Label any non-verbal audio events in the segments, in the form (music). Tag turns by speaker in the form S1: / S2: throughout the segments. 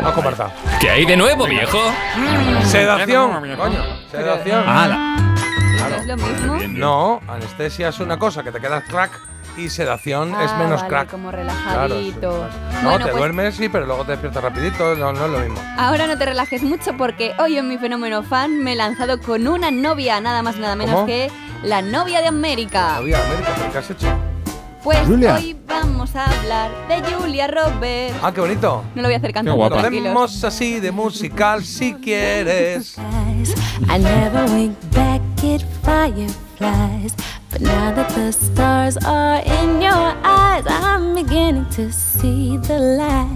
S1: Paco Marta.
S2: ¿Qué hay de nuevo, viejo?
S1: Sedación. Coño, sedación.
S2: Ala.
S3: ¿Es lo mismo?
S1: No, anestesia es una cosa que te quedas crack y sedación es
S3: Ah,
S1: menos
S3: vale,
S1: crack.
S3: como
S1: Claro, es-
S3: relajadito.
S1: no,
S3: Bueno,
S1: te
S3: pues
S1: duermes, sí, pero luego te despiertas rapidito, no, no es lo mismo.
S3: Ahora no te relajes mucho porque hoy en mi fenómeno fan me he lanzado con una novia, nada más nada menos
S1: ¿Cómo?
S3: que la novia de América.
S1: Había América, ¿pero ¿qué has hecho?
S3: Pues
S4: Julia.
S3: hoy vamos a hablar de Julia Roberts.
S1: Ah, qué bonito.
S3: No lo voy a hacer cantando,
S2: guapa.
S3: tranquilos.
S1: Hablemos así de musical si quieres.
S5: I never wink back at fireflies. But now that the stars are in your eyes, I'm beginning to see the light.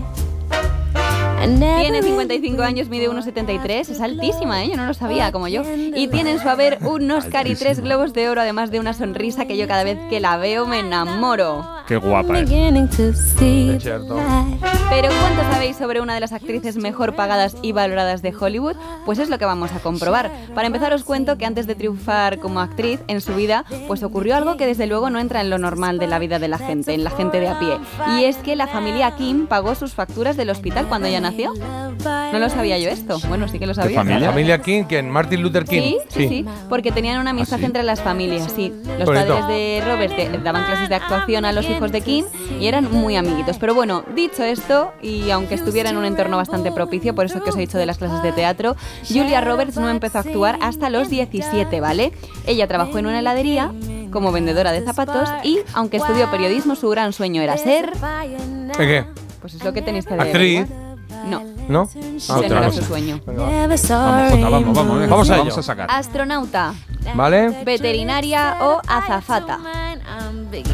S5: I never
S3: Tiene
S5: wink
S3: 55 años, mide 1,73, es altísima, ¿eh? Yo no lo sabía, como yo. Y tiene en su haber un Oscar y tres globos de oro, además de una sonrisa que yo cada vez que la veo me enamoro.
S2: Qué
S5: I'm
S2: guapa es.
S5: beginning to see
S1: Es cierto.
S5: the light.
S3: Pero ¿cuánto sabéis sobre una de las actrices mejor pagadas y valoradas de Hollywood? Pues es lo que vamos a comprobar. Para empezar os cuento que antes de triunfar como actriz en su vida, pues ocurrió algo que desde luego no entra en lo normal de la vida de la gente, en la gente de a pie. Y es que la familia Kim pagó sus facturas del hospital cuando ella nació. No lo sabía yo ¿eh? esto. Bueno, sí que lo sabía.
S1: La
S2: familia?
S1: familia King, ¿quién? Martin Luther King.
S3: Sí, sí, sí, porque tenían una amistad entre las familias, sí. Los
S1: ¿Ah, Bonito.
S3: padres de Robert eh, daban clases de actuación a los hijos de Kim y eran muy amiguitos. Pero bueno, dicho esto, y aunque estuviera en un entorno bastante propicio, por eso que os he dicho de las clases de teatro, Julia Roberts no empezó a actuar hasta los 17, ¿vale? Ella trabajó en una heladería como vendedora de zapatos y, aunque estudió periodismo, su gran sueño era ser...
S1: ¿De qué?
S3: Pues es lo que tenéis que
S1: Actriz.
S3: averiguar. No,
S1: ¿No? Ah,
S3: ese no
S1: otra
S3: era
S1: cosa.
S3: su sueño.
S1: Venga, va.
S5: Never saw
S2: Vamos, Jota, vamos, vamos. venga,
S1: Vamos a
S2: vamos
S1: ello.
S2: a sacar.
S3: Astronauta,
S1: ¿Vale?
S3: veterinaria o azafata.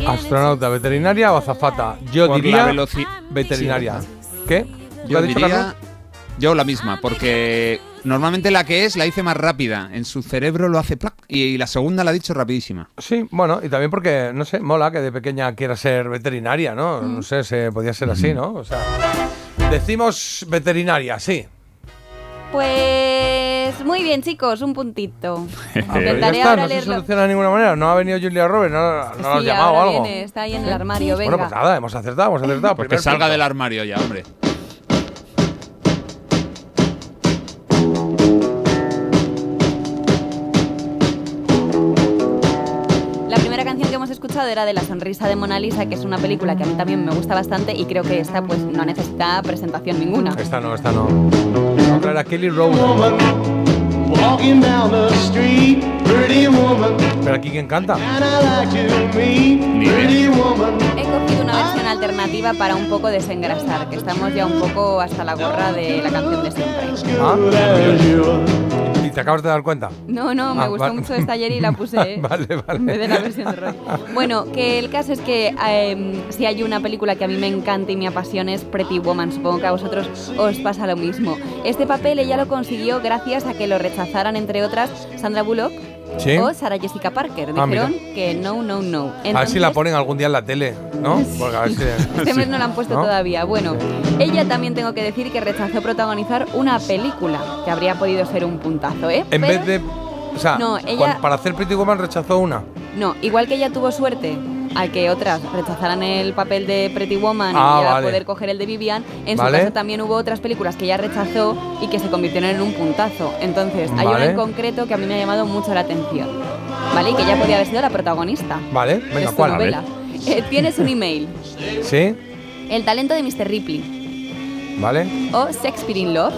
S1: Astronauta, veterinaria o azafata. Yo
S2: Por la
S1: diría
S2: veloci-
S1: veterinaria. ¿Qué? ¿Lo
S6: Yo
S1: ha dicho
S6: diría.
S1: Carmen?
S6: Yo la misma, porque normalmente la que es la hice más rápida. En su cerebro lo hace plac. Y la segunda la ha dicho rapidísima.
S1: Sí, bueno, y también porque, no sé, mola que de pequeña quiera ser veterinaria, ¿no?
S3: Mm.
S1: No sé, se podía ser así, ¿no? O sea, decimos veterinaria, sí.
S3: Pues muy bien, chicos, un puntito.
S1: Pero (laughs) ya
S3: Intentaré
S1: está,
S3: ahora
S1: no se
S3: leerlo.
S1: soluciona de ninguna manera. No ha venido Julia Roberts, no, no la has
S3: Sí,
S1: llamado o
S3: ahora
S1: algo.
S3: viene, está ahí en el armario, venga.
S1: Bueno, pues nada, hemos acertado, hemos acertado.
S6: Pues que
S1: Primer
S6: salga
S1: punto.
S6: del armario ya, hombre.
S1: ah.
S3: La primera canción que hemos escuchado era de La Sonrisa de Mona Lisa, que es una película que a mí también me gusta bastante y creo que esta pues no necesita presentación ninguna.
S1: Esta no, esta no. La Otra era Kelly Rowland.
S7: woman walking down the street. Pretty woman
S1: Pero aquí quien canta.
S7: that I like to meet.
S2: Ni idea.
S7: Pretty woman.
S3: He cogido una versión alternativa para un poco desengrasar, que estamos ya un poco hasta la gorra de la canción de siempre.
S1: Ah,
S7: As you are.
S1: y te acabas de dar cuenta.
S3: No, no, me
S1: Ah,
S3: gustó
S1: vale.
S3: mucho esta ayer y
S1: (laughs)
S3: la puse ¿eh?
S1: Vale, vale.
S3: en vez de la versión de Roy. Bueno, que el caso es que eh, si hay una película que a mí me encanta y me apasiona es Pretty Woman. Supongo que a vosotros os pasa lo mismo. Este papel ella lo consiguió gracias a que lo rechazaran, entre otras, Sandra Bullock
S1: Sí.
S3: o Sarah Jessica Parker.
S1: Ah, mira.
S3: Dijeron que no, no, no.
S1: a ver si la
S3: Entonces,
S1: ponen algún día en la tele, ¿no? Porque a ver
S3: (laughs)
S1: si.
S3: este mes no la han puesto
S1: ¿No?
S3: todavía. Bueno, ella también tengo que decir que rechazó protagonizar una película que habría podido ser un puntazo, ¿eh?
S1: En
S3: Pero-
S1: vez de. O sea,
S3: No, ella-
S1: cuan- para hacer Pretty Woman rechazó una.
S3: No, igual que ella tuvo suerte al que otras rechazaran el papel de Pretty Woman
S1: Ah,
S3: y a
S1: vale.
S3: poder coger el de Vivian, en
S1: Vale.
S3: su caso también hubo otras películas que ella rechazó y que se convirtieron en un puntazo. Entonces, hay una
S1: Vale.
S3: en concreto que a mí me ha llamado mucho la atención, ¿vale? Y que ella podía haber sido la protagonista
S1: Vale,
S3: de
S1: venga,
S3: su
S1: ¿cuál?
S3: novela. Eh, tienes un email,
S1: Sí,
S3: El talento de Mr. Ripley
S1: vale.
S3: o Shakespeare in Love,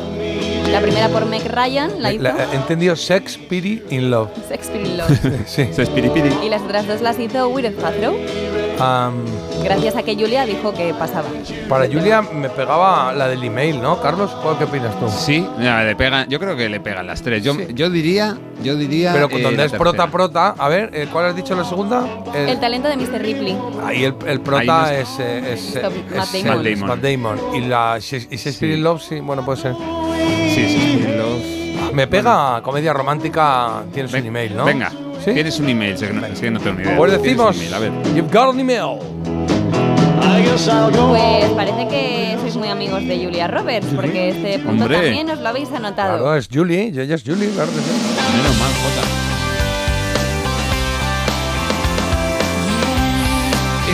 S3: la primera por Meg Ryan, la hizo
S1: Eh, La- he entendido Sex, Pity, in Love. (laughs)
S3: Shakespeare in Love.
S1: sí.
S2: Se espiripiri.
S3: Y las otras dos las hizo Gwyneth Paltrow,
S1: Am,
S3: gracias a que Julia dijo que pasaba.
S1: para Julia me pegaba la del email, ¿no? Carlos, ¿cuál- ¿qué opinas tú?
S6: Sí, mira, le pegan, yo creo que le pegan las tres. Yo,
S1: Sí.
S6: yo diría, yo diría.
S1: Pero
S6: eh,
S1: donde
S6: la
S1: es prota,
S6: tercera.
S1: prota. A ver, eh, ¿cuál has dicho la segunda? El-
S3: El talento de Mr. Ripley.
S1: ahí el, el
S6: Ahí
S1: prota
S6: no sé.
S1: es, eh, es, eh,
S3: Stop,
S1: es,
S3: Matt
S1: eh,
S3: Damon.
S1: Matt Damon. Y, la, Shakes- y Shakespeare in Love, sí, bueno, puede ser.
S6: Sí, sí. los-
S1: Me pega comedia romántica, tienes
S6: Ven-
S1: un email, ¿no?
S6: Venga,
S1: ¿Sí?
S6: tienes un email, sé que no, sé que no tengo ni idea.
S1: Pues
S6: Tienes un
S1: decimos,
S6: email, a ver.
S1: you've got an email.
S7: I guess I'll go
S3: Pues parece que sois muy amigos de Julia Roberts, porque este punto
S6: Hombre.
S3: también os lo habéis anotado.
S1: Claro, es Julie, y ella es Julie, claro que sí.
S6: Menos mal, Jota.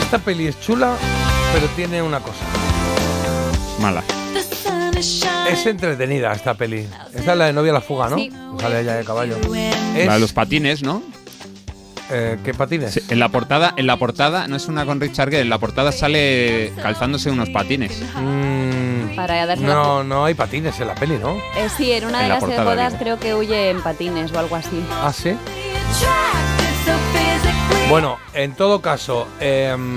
S1: Esta peli es chula, pero tiene una cosa.
S6: Mala.
S5: The sun
S1: Es entretenida esta peli. Esta es la de novia a la fuga, ¿no?
S3: Sí.
S1: Sale ella de caballo. Es,
S6: La de los patines, ¿no?
S1: eh, ¿Qué patines?
S6: Sí, En la portada, en la portada, no es una con Richard Gere, en la portada sale calzándose unos patines.
S1: Mm,
S3: Para darse una
S1: no, no hay patines en la peli, ¿no?
S3: Eh, sí, en una
S6: En
S3: de
S6: la
S3: las
S6: portada,
S3: bodas
S6: digo.
S3: creo que huye en patines o algo así.
S1: Ah, sí. Bueno, en todo caso, em,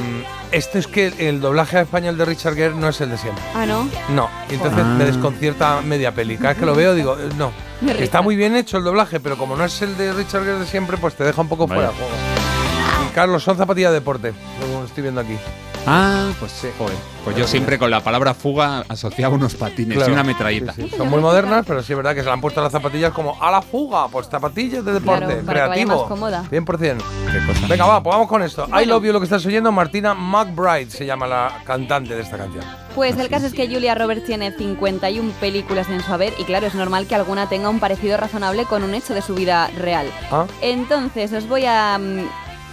S1: este es que el doblaje a español de Richard Gere no es el de siempre.
S3: Ah, ¿no?
S1: No, y entonces
S6: Ah.
S1: me desconcierta media peli. Cada vez que lo veo digo, eh, no.
S3: Me
S1: Está
S3: risa.
S1: muy bien hecho el doblaje, pero como no es el de Richard Gere de siempre, pues te deja un poco fuera de
S6: Vaya.
S1: juego. Y Carlos, son zapatillas de deporte, como estoy viendo aquí.
S6: Ah, pues sí. Joder. Pues yo siempre con la palabra fuga asociaba unos patines
S1: Claro.
S6: y una metralleta.
S1: Sí, sí. Son muy modernas, pero sí es verdad que se le han puesto las zapatillas como a la fuga, pues zapatillas de deporte,
S3: Claro, para que vaya
S1: creativo.
S3: más cómoda.
S1: 100%.
S6: Qué cosa.
S1: Venga, va, pues vamos con esto. I Love You, lo que estás oyendo, Martina McBride se llama la cantante de esta canción.
S3: Pues el caso es que Julia Roberts tiene 51 películas en su haber y claro, es normal que alguna tenga un parecido razonable con un hecho de su vida real.
S1: ¿Ah?
S3: Entonces, os voy a mm,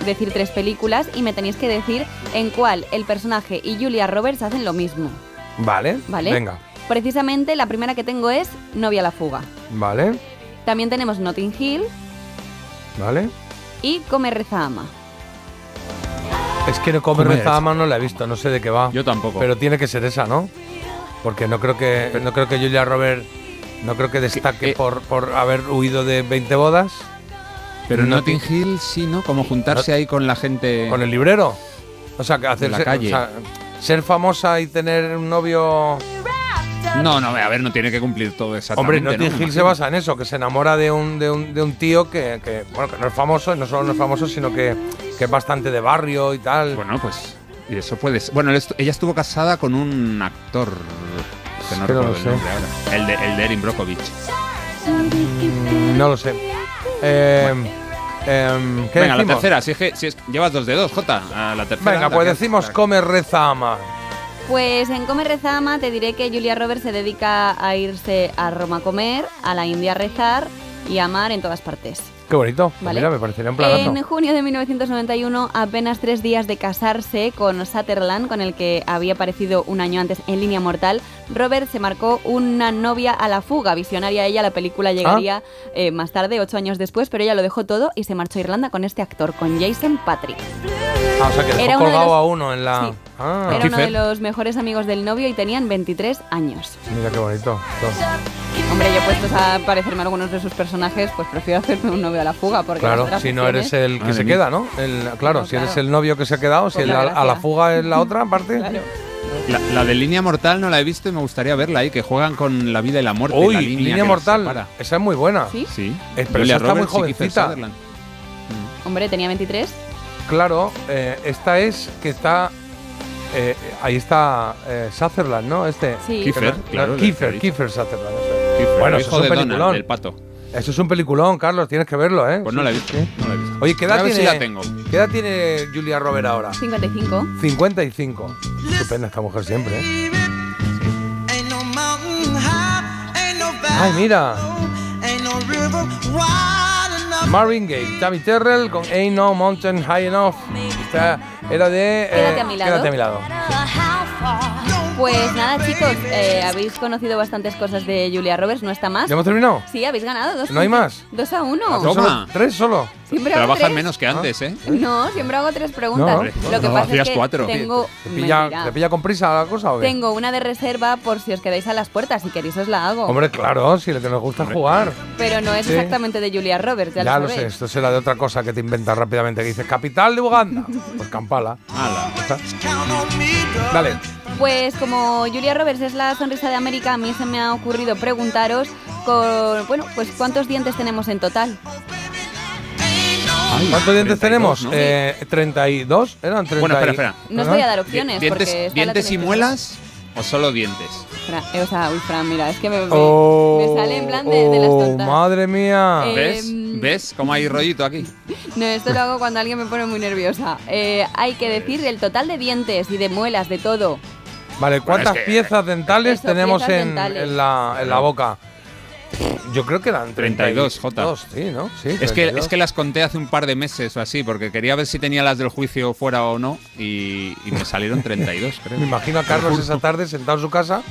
S3: decir tres películas y me tenéis que decir en cuál el personaje y Julia Roberts hacen lo mismo,
S1: Vale.
S3: ¿vale?
S1: Venga.
S3: Precisamente la primera que tengo es Novia a la fuga.
S1: Vale.
S3: También tenemos Notting Hill
S1: Vale.
S3: y Come Reza Ama.
S1: Es que no comer
S6: Comer.
S1: reza a mano la he visto, no sé de qué va.
S6: Yo tampoco.
S1: Pero tiene que ser esa, ¿no? Porque no creo que no creo que Julia Robert no creo que destaque
S6: Que- eh.
S1: por, por haber huido de 20 bodas
S6: Pero en
S1: No
S6: Notting Hill sí, ¿no? Como juntarse ahí con la gente.
S1: con el librero. O sea, que hacerse
S6: la calle.
S1: o sea, ser famosa y tener un novio
S6: No, no, a ver, no tiene que cumplir todo exactamente.
S1: Hombre, Notting
S6: ¿no?
S1: Hill se
S6: Imagino.
S1: basa en eso, que se enamora de un, de un, de un tío que, que, bueno, que no es famoso, y no solo no es famoso, sino que, que es bastante de barrio y tal.
S6: Bueno, pues. Y eso puede ser. Bueno, él estu- ella estuvo casada con un actor. Que no
S1: Es que no
S6: recuerdo
S1: lo
S6: el
S1: sé.
S6: nombre ahora. El de, el de Erin Brockovich.
S1: Mm, no lo sé. Eh, em, ¿qué
S6: Venga, la
S1: decimos?
S6: tercera. Si es que si es- llevas dos dedos, Jota. A la tercera.
S1: Venga,
S6: la
S1: pues
S6: que-
S1: decimos
S6: la-
S1: come, reza, ama.
S3: Pues en Come Reza Ama te diré que Julia Roberts se dedica a irse a Roma a comer, a la India a rezar y a amar en todas partes.
S1: Qué bonito. Pues
S3: Vale.
S1: Mira, me parecería un planazo.
S3: En junio de 1991, apenas tres días de casarse con Sutherland, con el que había aparecido un año antes en Línea Mortal, Robert se marcó una novia a la fuga. Visionaria ella, la
S1: Ah.
S3: película llegaría eh, más tarde, ocho años después, pero ella lo dejó todo y se marchó a Irlanda con este actor, con Jason Patrick.
S1: Ah, o sea, que dejó
S3: Era uno de
S1: colgado
S3: los-
S1: a uno en la...
S3: Sí.
S1: Ah,
S3: Era uno
S6: Kiefer.
S3: de los mejores amigos del novio y tenían 23 años.
S1: mira qué bonito.
S3: Hombre, yo puestos a parecerme a algunos de sus personajes, pues prefiero hacerme un novio a la fuga. Porque las
S1: Claro,
S3: otras
S1: si no
S3: opciones-
S1: eres el que
S6: Madre
S1: se
S6: mía.
S1: queda, ¿no? El- claro,
S3: No,
S1: si eres
S3: claro.
S1: el novio que se ha quedado, si
S3: Poca
S1: el a, a la
S3: gracia.
S1: fuga es la otra parte.
S3: Claro.
S6: La, la de línea mortal no la he visto y me gustaría verla ahí, que juegan con la vida y la muerte.
S1: Uy,
S6: la
S1: línea,
S6: que los
S1: mortal.
S6: separa.
S1: Esa es muy buena.
S3: ¿Sí?
S6: Sí.
S1: Eh, pero esa
S6: Julia
S1: está muy
S6: Roberts y Kiefer
S1: jovencita.
S6: Sutherland.
S3: Hombre, tenía 23.
S1: Claro, eh, esta es que está. eh, ahí está eh, Sutherland, ¿no? Este.
S3: Sí.
S1: Que
S6: Kiefer,
S1: no- no,
S6: claro,
S1: Kiefer,
S6: de-
S1: Kiefer Sutherland. eso es.
S6: Kiefer,
S1: Bueno,
S6: el
S1: eso
S6: hijo
S1: es un
S6: de Donald,
S1: peliculón.
S6: el pato.
S1: Eso es un peliculón, Carlos, tienes que verlo, ¿eh?
S6: Pues no la he visto. No la he visto.
S1: Oye, ¿qué edad
S6: A ver
S1: tiene?
S6: si la tengo.
S1: ¿Qué edad tiene Julia Robert ahora?
S3: 55.
S1: 55. Estupenda esta mujer siempre, ¿eh?
S4: Ain't no mountain high, ain't no
S1: Ay,
S4: valley,
S1: mira.
S4: ain't no river wide enough.
S1: Marvin Gaye, Tammy Terrell con Ain't No Mountain High Enough. Esta era de. eh,
S3: Quédate a mi lado. Ah,
S1: Quédate a mi lado.
S3: Pues nada, chicos, eh, habéis conocido bastantes cosas de Julia Roberts, no está más.
S1: ¿Ya hemos terminado?
S3: Sí, habéis ganado dos.
S1: ¿No hay más?
S3: Dos a uno.
S6: Dos. Toma.
S1: Solo- ¿Tres solo?
S3: Siempre hago
S6: Trabajan
S3: tres.
S6: menos que
S1: Ah.
S6: antes, ¿eh?
S3: No, siempre hago tres preguntas.
S1: No,
S3: Lo que
S6: no,
S3: pasa es
S6: hacías
S3: que
S6: cuatro.
S3: tengo.
S1: ¿Te pilla,
S3: Mentira.
S1: ¿Te pilla con prisa la cosa o qué?
S3: Tengo una de reserva por si os quedáis a las puertas. Si queréis os la hago.
S1: Hombre, claro, si lo que nos gusta es jugar.
S3: Pero no es
S1: Sí.
S3: exactamente de Julia Roberts, ya,
S1: Ya lo sé,
S3: sabéis.
S1: esto será de otra cosa que te inventas rápidamente, que dices, capital de Uganda. Pues Kampala.
S6: Ala.
S4: Count on me, girl.
S1: Dale.
S3: Pues como Julia Roberts es la sonrisa de América, a mí se me ha ocurrido preguntaros con, bueno, pues cuántos dientes tenemos en total.
S6: Ay,
S1: ¿Cuántos dientes
S6: 32,
S1: tenemos?
S6: ¿no?
S1: Eh, 32, eran 30.
S6: Bueno, espera, espera.
S3: No os
S1: Ajá.
S3: voy a dar
S6: Di-
S3: opciones.
S6: ¿Dientes,
S3: porque esta la
S6: dientes y
S3: tenéis que
S6: muelas o solo dientes?
S3: Fra- eh, o sea, uy, Fran, mira, es que me, me-
S1: Oh,
S3: me sale en plan de, de las
S1: oh,
S3: tontas.
S1: madre mía.
S3: Eh,
S6: ¿Ves? ¿Ves cómo hay rollito aquí?
S3: No, esto lo hago cuando alguien me pone muy nerviosa. Eh, hay que decir el total de dientes y de muelas, de todo.
S1: vale, ¿cuántas
S6: es que-
S1: piezas dentales
S3: eh, Eso,
S1: tenemos
S3: piezas
S1: en,
S3: dentales.
S1: en la, en la boca? Yo creo que eran
S6: 32,
S1: 32,
S6: Jota.
S1: sí, ¿no? Sí,
S6: Es que,
S1: 32.
S6: es que las conté hace un par de meses o así, porque quería ver si tenía las del juicio fuera o no, y, y me salieron 32, creo.
S1: Me imagino a Carlos esa tarde sentado en su casa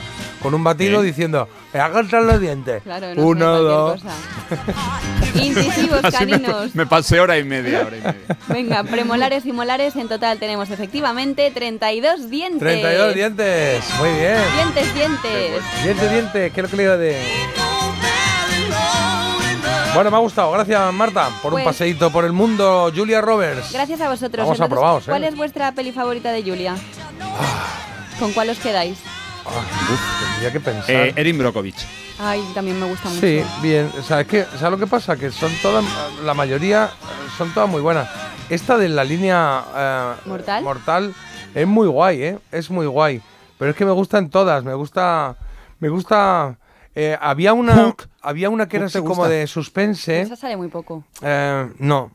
S1: con un batido
S6: Sí.
S1: diciendo, me agarran los dientes.
S3: Claro, no
S1: Uno,
S3: sé,
S1: dos.
S3: cualquier cosa.
S1: (laughs)
S3: Incisivos
S6: Así me,
S3: caninos.
S6: me pasé hora y media, hora y (laughs) media.
S3: Venga, premolares y molares en total tenemos efectivamente 32 dientes.
S1: 32 dientes. Muy bien.
S3: Dientes, dientes.
S1: Diente, diente. ¿Qué es lo que le iba de...? Bueno, me ha gustado. Gracias, Marta, por un
S3: Pues-
S1: paseíto por el mundo. Julia Roberts.
S3: Gracias a vosotros.
S1: Vamos
S3: Entonces,
S1: aprobados, ¿eh?
S3: ¿Cuál es vuestra peli favorita de Julia? ¿Con cuál os quedáis?
S1: Ah, uf, tendría que pensar.
S6: Eh, Erin Brockovich.
S3: Ay, también me gusta mucho.
S1: Sí, ¿eh? bien. O sea, es que, ¿sabes lo que pasa? Que son todas, la mayoría, eh, son todas muy buenas. Esta de la línea eh,
S3: ¿Mortal?
S1: es muy guay, ¿eh? Es muy guay. Pero es que me gustan todas. Me gusta, me gusta. eh, había una, había una que era
S6: Hook te
S1: así como
S6: gusta.
S1: de suspense.
S3: Esa sale muy poco.
S1: Eh, no.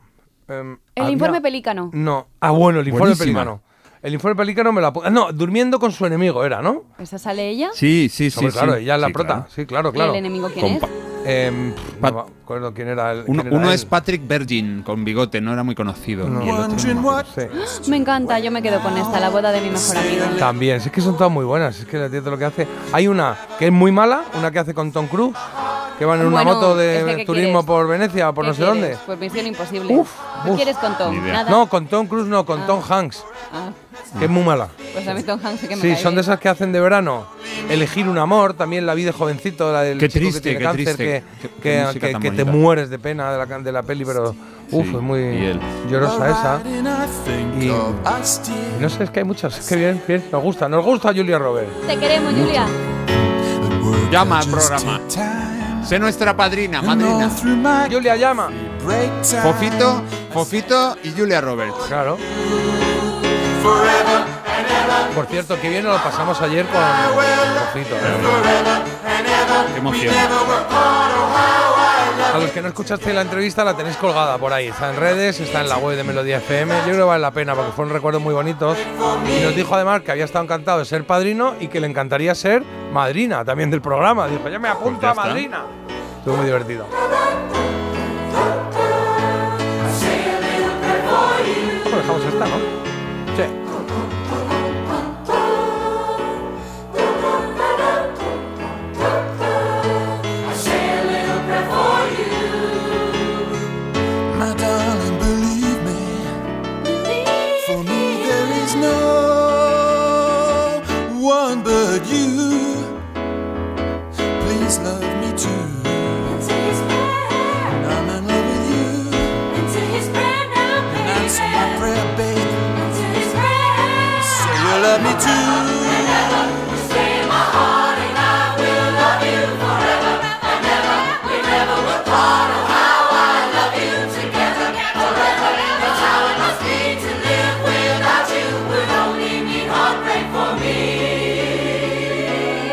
S1: Em,
S3: El
S1: había-
S3: informe pelícano.
S1: No. Ah, bueno, el informe
S6: Buenísima.
S1: pelícano. El informe pelícano me la. pu- ah, No, durmiendo con su enemigo era, ¿no?
S3: ¿Esa sale ella?
S6: Sí, sí,
S1: Hombre, claro, ella es la prota. Sí, claro,
S3: ¿Y
S1: claro.
S3: el enemigo quién
S6: Compa-
S3: es?
S1: Em, pff,
S6: Pat-
S1: no me acuerdo quién era el.
S6: Uno,
S1: quién era
S6: uno
S1: él.
S6: es Patrick Bergin, con bigote, no era muy conocido. Y el otro-
S4: Wondering what
S1: Sí.
S3: Me encanta, yo me quedo con esta, la boda de mi mejor amigo.
S1: También, si es que son todas muy buenas. Es que la tía todo lo que hace. Hay una que es muy mala, una que hace con Tom Cruise, que van en una
S3: Bueno,
S1: moto
S3: es
S1: de
S3: que ¿qué
S1: turismo
S3: quieres?
S1: por Venecia o por
S3: ¿Qué
S1: no sé
S3: quieres?
S1: dónde.
S3: Pues Misión Imposible.
S1: Uf,
S3: ¿Qué
S1: uf.
S3: quieres con
S6: Ni
S3: Tom?
S6: idea.
S3: Nada.
S1: No, con Tom Cruise no, con Tom Hanks,
S3: Ah,
S1: que es muy mala.
S3: pues a mí Tom Hanks sí que me
S1: Sí,
S3: cae
S1: son de
S3: bien.
S1: esas que hacen de verano. Elegir un amor, también la vida de jovencito, la del
S6: Qué
S1: chico
S6: triste,
S1: que tiene
S6: qué
S1: cáncer,
S6: triste.
S1: que,
S6: Qué-
S1: que-
S6: qué música
S1: que-
S6: tan
S1: que te
S6: bonita.
S1: mueres de pena de la, can- de la peli, pero uf,
S6: Sí,
S1: es muy
S6: y él.
S1: llorosa
S6: ah.
S1: esa.
S4: and I think
S1: Y-
S4: of us dear.
S1: No sé, es que hay muchas. Es que bien, bien, nos gusta, nos gusta Julia Roberts.
S3: Te queremos, Julia.
S6: Llama al programa. Sé nuestra padrina, madrina.
S4: Through my
S1: Julia llama.
S4: break time
S6: Fofito, Fofito y Julia Roberts.
S1: Claro. Por cierto, que bien nos lo pasamos ayer con Rojito. ¿eh?
S6: Qué emoción.
S1: A los que no escuchaste la entrevista la tenéis colgada por ahí. Está en redes, está en la web de Melodía FM. Yo creo que vale la pena porque fueron recuerdos muy bonitos. Y nos dijo además que había estado encantado de ser padrino y que le encantaría ser madrina también del programa. Dijo, yo me
S6: Pues
S1: apunto
S6: ya
S1: a
S6: está.
S1: madrina. Estuvo muy divertido. Pues dejamos esta, ¿no?